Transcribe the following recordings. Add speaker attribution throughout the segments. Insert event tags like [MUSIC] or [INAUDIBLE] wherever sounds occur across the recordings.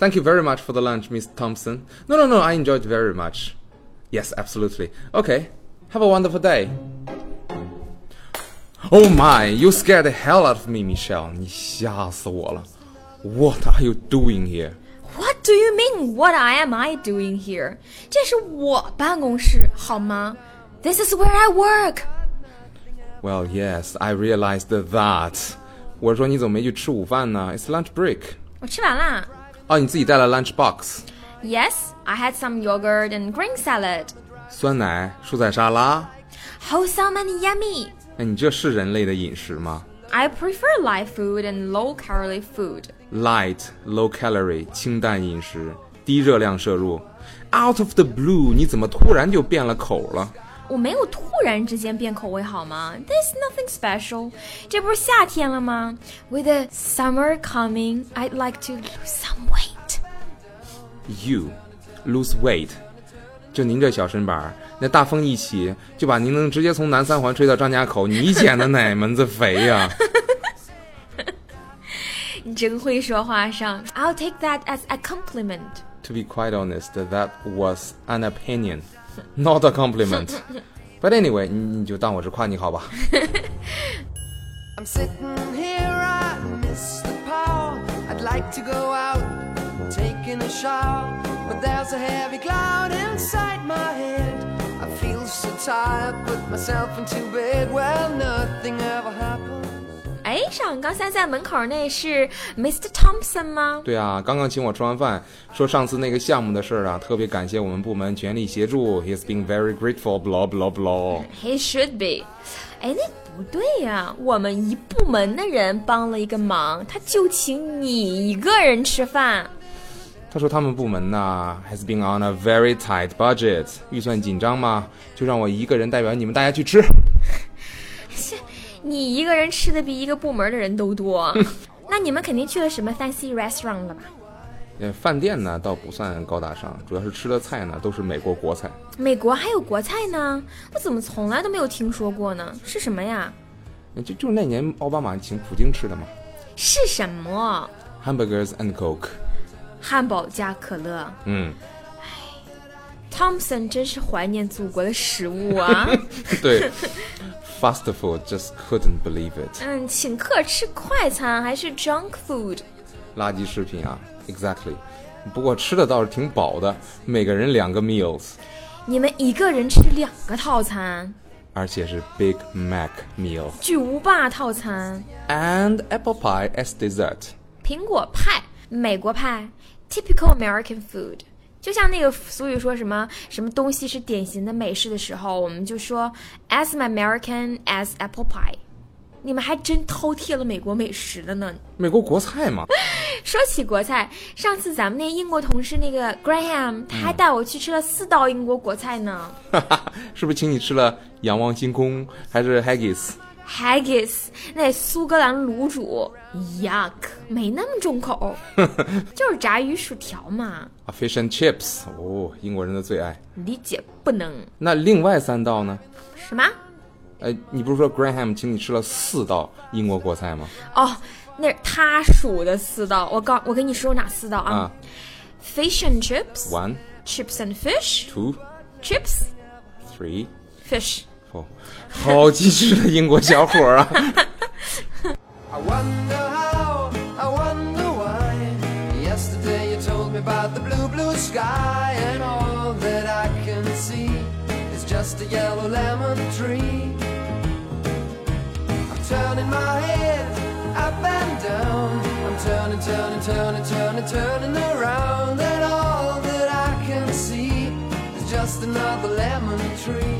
Speaker 1: Thank you very much for the lunch, Miss Thompson. No, no, no, I enjoyed very much. Yes, absolutely. Okay, have a wonderful day. Oh my, you scared the hell out of me, Michelle. 你吓死我了。What are you doing here?
Speaker 2: What do you mean? What am I doing here? 这是我办公室，好吗？This is where I work.
Speaker 1: Well, yes, I realized that. 我说你怎么没去吃午饭呢？It's lunch break.
Speaker 2: 我吃完啦。
Speaker 1: 哦，你自己带了 lunch box，
Speaker 2: Yes, I had some yogurt and green salad.
Speaker 1: 酸奶、蔬菜沙拉。
Speaker 2: Wholesome and yummy.
Speaker 1: 那你这是人类的饮食吗
Speaker 2: I prefer light food and low calorie food.
Speaker 1: ？Light, low calorie，清淡饮食，低热量摄入。Out of the blue，你怎么突然就变了口了？
Speaker 2: 我没有突然之间变口味好吗？There's nothing special. 这不是夏天了吗？With the summer coming, I'd like to lose some weight.
Speaker 1: You lose weight。就您这小身板儿，那大风一起就把您能直接从南三环吹到张家口，你减的哪门子肥呀、
Speaker 2: 你真会说话上。I'll take that as a compliment.
Speaker 1: To be quite honest, that was an opinion, not a compliment. But anyway，你你就当我是夸你好吧。
Speaker 3: I'm sitting here, I miss the power. I'd like to go out, taking a shower, but there's a heavy cloud inside my head. I feel so tired, put myself into bed. Well, nothing ever happened.
Speaker 2: 哎，上刚才在门口那是 Mr. Thompson 吗？
Speaker 1: 对啊，刚刚请我吃完饭，说上次那个项目的事儿啊，特别感谢我们部门全力协助。He's been very grateful. Blah blah blah.
Speaker 2: He should be。哎，那不对呀、我们一部门的人帮了一个忙，他就请你一个人吃饭。
Speaker 1: 他说他们部门呐 has been on a very tight budget，预算紧张嘛，就让我一个人代表你们大家去吃。
Speaker 2: 你一个人吃的比一个部门的人都多，那你们肯定去了什么 fancy restaurant 了吧？
Speaker 1: 呃，饭店呢倒不算高大上，主要是吃的菜呢都是美国国菜。
Speaker 2: 美国还有国菜呢，我怎么从来都没有听说过呢？是什么呀？
Speaker 1: 呃就就是那年奥巴马请普京吃的嘛
Speaker 2: 是什么？
Speaker 1: ，hamburgers and coke。
Speaker 2: 汉堡加可乐。
Speaker 1: 嗯，
Speaker 2: Thompson 真是怀念祖国的食物啊！
Speaker 1: 对 [LAUGHS] ，fast food just couldn't believe it，
Speaker 2: 嗯，请客吃快餐还是 junk food？
Speaker 1: 垃圾食品啊，exactly。不过吃的倒是挺饱的，每个人两个 meals，
Speaker 2: 你们一个人吃两个套餐，
Speaker 1: 而且是 Big Mac meal
Speaker 2: 巨无霸套餐，
Speaker 1: and apple pie as dessert。
Speaker 2: 苹果派、美国派，typical American food。就像那个俗语说什么什么东西是典型的美式的时候，我们就说 as American as apple pie。你们还真饕餮了美国美食了呢！
Speaker 1: 美国国菜嘛， [LAUGHS]
Speaker 2: 说起国菜，上次咱们那英国同事那个 Graham，他还带我去吃了四道英国国菜呢、
Speaker 1: 是不是请你吃了仰望星空还是 haggis？
Speaker 2: haggis，那苏格兰卤煮，yuck，没那么重口，就是炸鱼薯条嘛，
Speaker 1: 啊，fish and chips，哦，英国人的最爱。
Speaker 2: 理解不能。
Speaker 1: 那另外三道呢？
Speaker 2: 什么？
Speaker 1: 哎，你不是说 Graham 请你吃了四道英国国菜吗？
Speaker 2: 哦，那是他数的四道。我告我跟你说哪四道啊
Speaker 1: 啊
Speaker 2: f i s h and chips,
Speaker 1: ，one
Speaker 2: chips and fish,
Speaker 1: two
Speaker 2: chips,
Speaker 1: three
Speaker 2: fish。
Speaker 1: four，好机智的英国小伙儿啊！
Speaker 3: I wonder how, I wonder why. Yesterday you told me about the blue, blue sky, and all that I can see is just a yellow lemon tree. I'm turning my head up and down. I'm turning, turning, turning, turning, turning around, and all that I can see is just another lemon tree.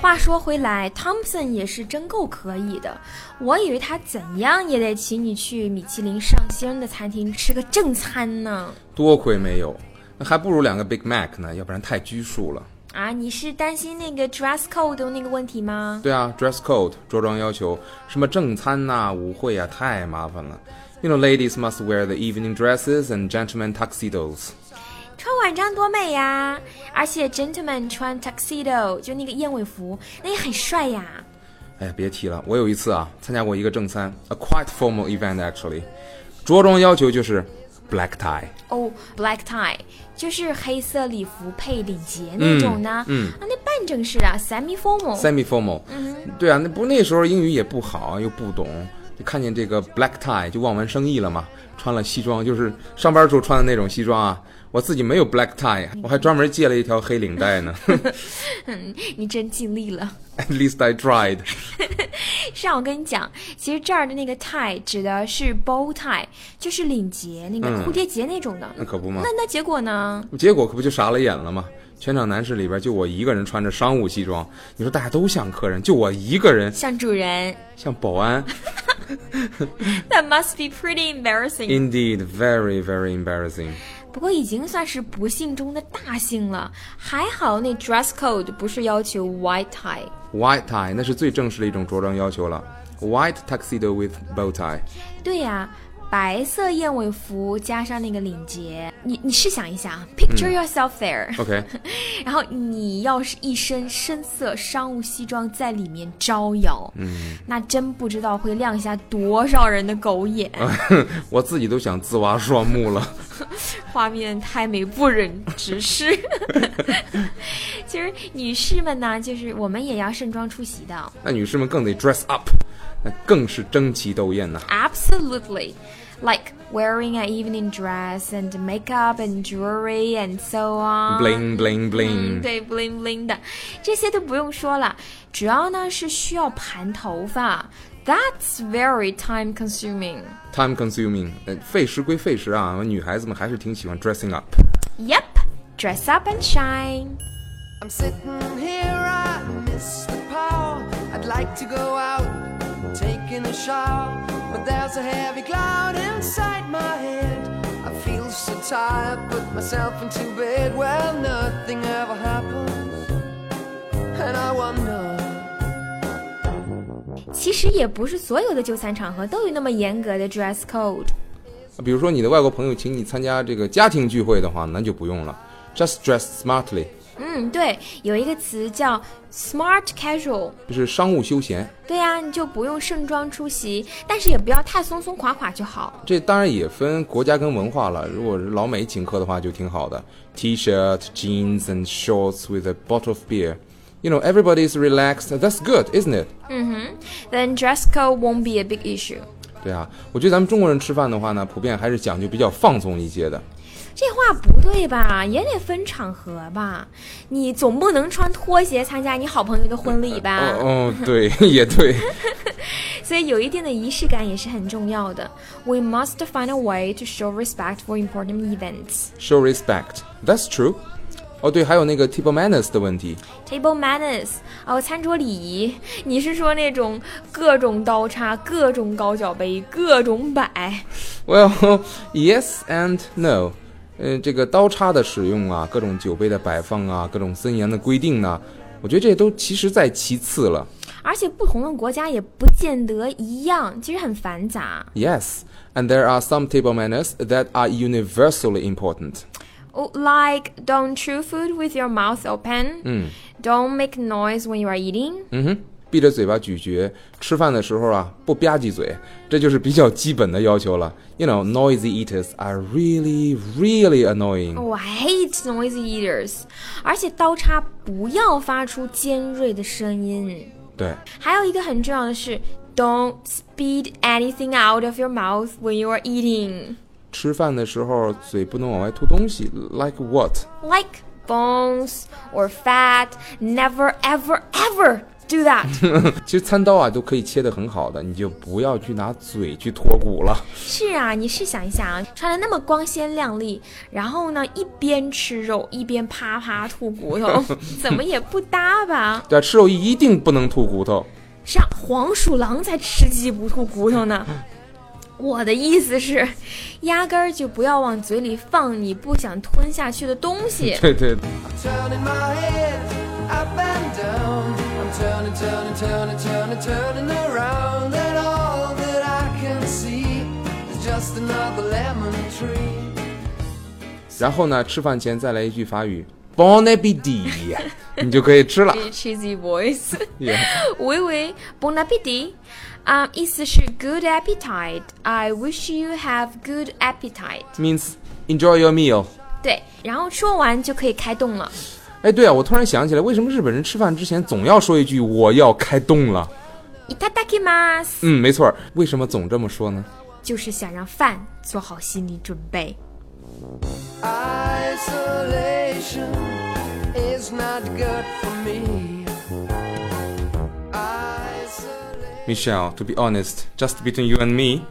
Speaker 2: 话说回来，Thompson 也是真够可以的。我以为他怎样也得请你去米其林上星的餐厅吃个正餐呢。
Speaker 1: 多亏没有，那还不如两个 Big Mac 呢，要不然太拘束了。
Speaker 2: 啊，你是担心那个 dress code 的那个问题吗？
Speaker 1: 对啊，dress code 着装要求，什么正餐呐、舞会啊，太麻烦了。You know, ladies must wear the evening dresses and gentlemen tuxedos.
Speaker 2: 穿晚装多美呀！而且 gentleman 穿 tuxedo 就那个燕尾服，那也很帅呀。
Speaker 1: 哎呀，别提了，我有一次啊，参加过一个正餐，a quite formal event actually，着装要求就是 black tie。
Speaker 2: 哦、b l a c k tie 就是黑色礼服配领结那种呢，
Speaker 1: 嗯
Speaker 2: 啊，那半正式啊，semi formal，
Speaker 1: semi-formal，、对啊，那不那时候英语也不好，又不懂，就看见这个 black tie 就望文生义了嘛，穿了西装，就是上班时候穿的那种西装啊。我自己没有 black tie，我还专门借了一条黑领带呢。 [LAUGHS]
Speaker 2: 嗯，你真尽力了。
Speaker 1: At least I tried。 [LAUGHS]
Speaker 2: 上，我跟你讲，其实这儿的那个 tie 指的是 bow tie，就是领结那个
Speaker 1: 嗯
Speaker 2: 蝴蝶结那种的。
Speaker 1: 那可不嘛
Speaker 2: 那，那结果呢？
Speaker 1: 结果可不就傻了眼了吗？全场男士里边就我一个人穿着商务西装，你说大家都像客人，就我一个人
Speaker 2: 像主人 [LAUGHS]
Speaker 1: 像保安。
Speaker 2: ，That must be pretty embarrassing。
Speaker 1: Indeed, very very embarrassing。
Speaker 2: 不过已经算是不幸中的大幸了，还好那 dress code 不是要求 white tie。
Speaker 1: White tie 那是最正式的一种着装要求了。White tuxedo with bow tie。
Speaker 2: 对呀、白色燕尾服加上那个领结，你你试想一下啊，picture
Speaker 1: 嗯
Speaker 2: yourself there，、
Speaker 1: OK。
Speaker 2: 然后你要是一身深色商务西装在里面招摇，嗯，那真不知道会亮瞎多少人的狗眼，
Speaker 1: 我自己都想自挖双目了。 [LAUGHS]
Speaker 2: 画面太美不忍直视。 [LAUGHS] 其实女士们呢，就是我们也要盛装出席的
Speaker 1: 那女士们更得 dress up，那更是争奇斗艳呐、
Speaker 2: ，absolutely。Like wearing an evening dress and makeup and jewelry and so on.
Speaker 1: Bling bling
Speaker 2: 嗯，
Speaker 1: bling，
Speaker 2: 对，bling bling 的，这些都不用说了。主要呢是需要盘头发，That's very time consuming。
Speaker 1: time consuming，呃，费时归费时啊，女孩子们还是挺喜欢 dressing up。
Speaker 2: Yep, dress up and shine。
Speaker 3: I'm sitting here, I miss the power. I'd like to go out, taking a shower, but there's a heavy cloud inside my head. I feel so tired, put myself into bed. Well, nothing ever happens, and I wonder.
Speaker 2: 其实也不是所有的就餐场合都有那么严格的 dress code。
Speaker 1: 比如说你的外国朋友请你参加这个家庭聚会的话，那就不用了，just dress smartly，
Speaker 2: 嗯，对，有一个词叫 smart casual。
Speaker 1: 就是商务休闲。
Speaker 2: 对呀、你就不用盛装出席，但是也不要太松松垮垮就好。
Speaker 1: 这当然也分国家跟文化了。如果是老美请客的话，就挺好的。T-shirt, jeans, and shorts with a bottle of beer. You know, everybody's relaxed. That's good, isn't it?
Speaker 2: Then dress code won't be a big issue。
Speaker 1: 对啊，我觉得咱们中国人吃饭的话呢，普遍还是讲究比较放松一些的。
Speaker 2: 这话不对吧？也得分场合吧。你总不能穿拖鞋参加你好朋友的婚礼吧？
Speaker 1: 哦哦，对， [LAUGHS] 也对。
Speaker 2: 所以有一定的仪式感也是很重要的。We must find a way to show respect for important events.
Speaker 1: Show respect. That's true. 哦，对，还有那个 table manners 的问题。
Speaker 2: Table manners，哦，餐桌礼仪，你是说那种各种刀叉、各种高脚杯、各种摆？
Speaker 1: Well, [LAUGHS] yes and no. 呃，这个刀叉的使用啊，各种酒杯的摆放啊，各种森严的规定呢、啊我觉得这些都其实在其次了。
Speaker 2: 而且不同的国家也不见得一样，其实很繁杂。
Speaker 1: Yes, and there are some table manners that are universally important.
Speaker 2: Oh, like don't chew food with your mouth open. 嗯，Don't make noise when you are eating.
Speaker 1: 嗯哼，闭着嘴巴咀嚼，吃饭的时候啊不吧唧嘴，这就是比较基本的要求了。You know, noisy eaters are really, really annoying.
Speaker 2: 我 Oh, hate noisy eaters，而且刀叉不要发出尖锐的声音。
Speaker 1: 对，
Speaker 2: 还有一个很重要的是，Don't speed anything out of your mouth when you are eating,
Speaker 1: 吃饭的时候嘴不能往外吐东西，like what？
Speaker 2: like bones or fat. Never, ever, ever do that.
Speaker 1: 其实餐刀啊都可以切得很好的，你就不要去拿嘴去脱骨了。
Speaker 2: 是啊，你试想一下啊，穿的那么光鲜亮丽，然后呢，一边吃肉一边啪啪吐骨头，怎么也不搭吧？
Speaker 1: 对啊，吃肉一定不能吐骨头。
Speaker 2: 是啊，黄鼠狼才吃鸡不吐骨头呢。我的意思是，压根儿就不要往嘴里放你不想吞下去的东西。
Speaker 1: 对对，
Speaker 3: Turning my head up and down. I'm turning, turning, turning, turning, turning around. And all that I can see is just another lemon tree.
Speaker 1: 然后呢，吃饭前再来一句法语 b o n a b i d 你就可以吃了。
Speaker 2: cheesy voice，
Speaker 1: Yeah.
Speaker 2: [LAUGHS] 喂喂，Bon appetit，啊、意思是 good appetite，I wish you have good appetite。
Speaker 1: Means enjoy your meal。
Speaker 2: 对，然后说完就可以开动了。
Speaker 1: 哎，对啊，我突然想起来，为什么日本人吃饭之前总要说一句“我要开动了
Speaker 2: いただきます”？，
Speaker 1: 嗯，没错儿，为什么总这么说呢？
Speaker 2: 就是想让饭做好心理准备。
Speaker 3: Isolation is not good for me. Isolation.
Speaker 1: Michelle, to be honest, just between you and me,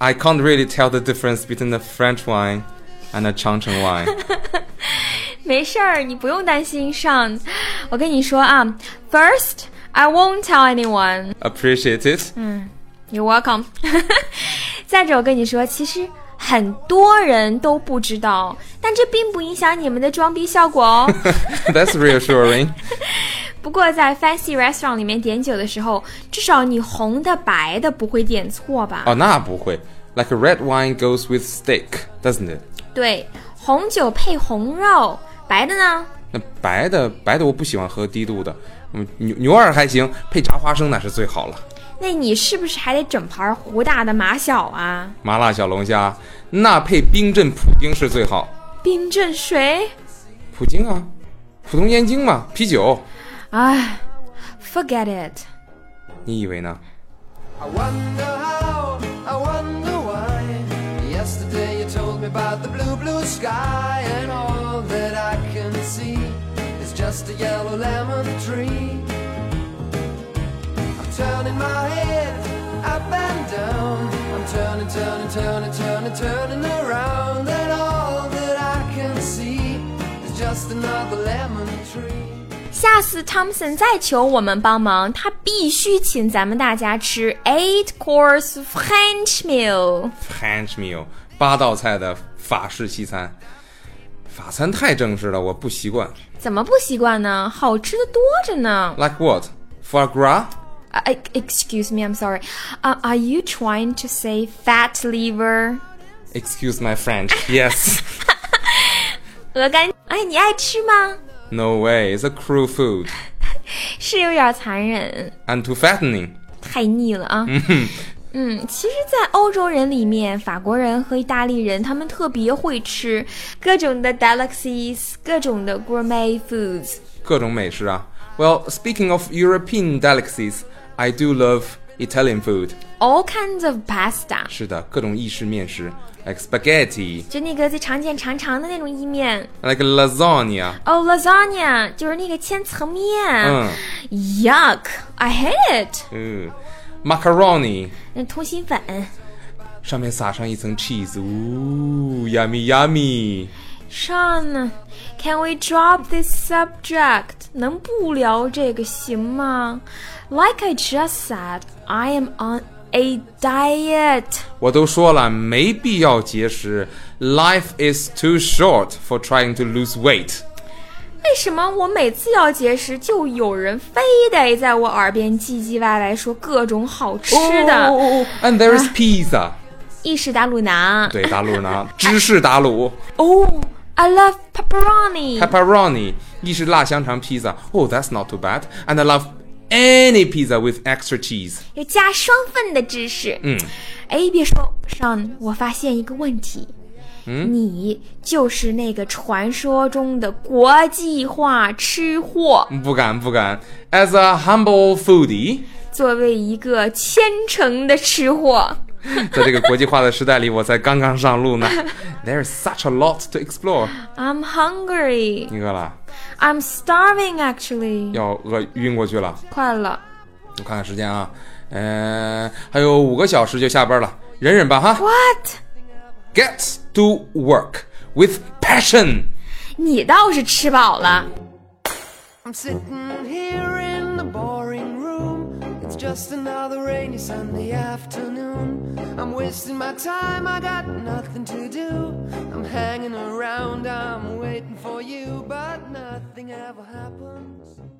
Speaker 1: I can't really tell the difference between a French wine and a Changchun wine.
Speaker 2: 没事儿，你不用担心。上，我跟你说啊，First, I won't tell anyone.
Speaker 1: Appreciate it.
Speaker 2: You're welcome 。 [LAUGHS] 再者，我跟你说，其实很多人都不知道，但这并不影响你们的装逼效果 [LAUGHS] 哦。
Speaker 1: [LAUGHS] That's reassuring.
Speaker 2: 不过在 fancy restaurant 里面点酒的时候，至少你红的、白的不会点错吧？
Speaker 1: 哦，那不会。Like a red wine goes with steak, doesn't it?
Speaker 2: 对，红酒配红肉，白的呢？
Speaker 1: 那白的白的我不喜欢喝低度的，嗯，牛牛二还行，配炸花生那是最好了。
Speaker 2: 那你是不是还得整盘胡大的马小啊？
Speaker 1: 麻辣小龙虾那配冰镇普京是最好，
Speaker 2: 冰镇水？
Speaker 1: 普京啊，普通燕京嘛，啤酒，
Speaker 2: 唉，forget it。
Speaker 1: 你以为呢？
Speaker 3: I wonder how, I wonder why. Yesterday you told me about the blue, blue sky, and all that I can see is just a yellow lemon tree. I'm turning my head up and down. I'm turning, turning, turning, turning, turning around, and all that I can see is just another lemon tree.
Speaker 2: 下次汤 o m 再求我们帮忙，他必须请咱们大家吃 eight course French meal。
Speaker 1: French meal 八道菜的法式西餐，法餐太正式了，我不习惯。
Speaker 2: 怎么不习惯呢？好吃的多着呢。
Speaker 1: Like what? Foie gras?
Speaker 2: Uh, excuse me, I'm sorry. Uh, are you trying to say fat liver？
Speaker 1: Excuse my French. Yes. [LAUGHS]
Speaker 2: 鹅肝？哎，你爱吃吗？
Speaker 1: No way. It's a cruel food
Speaker 2: 是有点残忍，
Speaker 1: and too fattening.
Speaker 2: 太腻了啊。嗯，其实，在欧洲人里面，法国人和意大利人，他们特别会吃各种的 delicacies，各种的 gourmet foods。
Speaker 1: 各种美食啊。Well, speaking of European delicacies, I do love Italian food.
Speaker 2: all kinds of pasta，
Speaker 1: 是的，各种意式面食，like spaghetti,
Speaker 2: 就那个最常见长长的那种意面。
Speaker 1: like lasagna.
Speaker 2: 哦、l a s a g n a 就是那个千层面。
Speaker 1: 嗯
Speaker 2: Yuck，I hate it。
Speaker 1: 嗯，macaroni，
Speaker 2: 那通心粉，
Speaker 1: 上面撒上一层 cheese，呜，yummy yummy。
Speaker 2: Sean，can we drop this subject？能不聊这个行吗？Like I just said，I am on a diet。
Speaker 1: 我都说了，没必要节食。Life is too short for trying to lose weight。
Speaker 2: 为什么我每次要节食，就有人非得在我耳边唧唧歪歪说各种好吃的？
Speaker 1: 哦哦哦，and there is pizza。
Speaker 2: 意式打卤馕。
Speaker 1: 对，打卤呢，芝士打卤
Speaker 2: 哦、i love pepperoni。
Speaker 1: ，pepperoni，意式辣香肠披萨。Oh, that's not too bad. And I love any pizza with extra cheese.
Speaker 2: 要加双份的芝士。嗯，哎，别说上，我发现一个问题。嗯，你就是那个传说中的国际化吃货。
Speaker 1: 不敢不敢。As a humble foodie，
Speaker 2: 作为一个虔诚的吃货，
Speaker 1: 在这个国际化的时代里，我才刚刚上路呢。There is such a lot to explore。
Speaker 2: I'm hungry.
Speaker 1: 你饿了？
Speaker 2: I'm starving. Actually，
Speaker 1: 要饿晕过去了。
Speaker 2: 快了，
Speaker 1: 我看看时间啊，嗯、还有五个小时就下班了，忍忍吧哈。
Speaker 2: what？
Speaker 1: Get to work with passion。
Speaker 2: 你倒是吃饱了。
Speaker 3: I'm sitting here in the boring room. It's just another rainy Sunday afternoon. I'm wasting my time, I got nothing to do. I'm hanging around, I'm waiting for you, but nothing ever happens.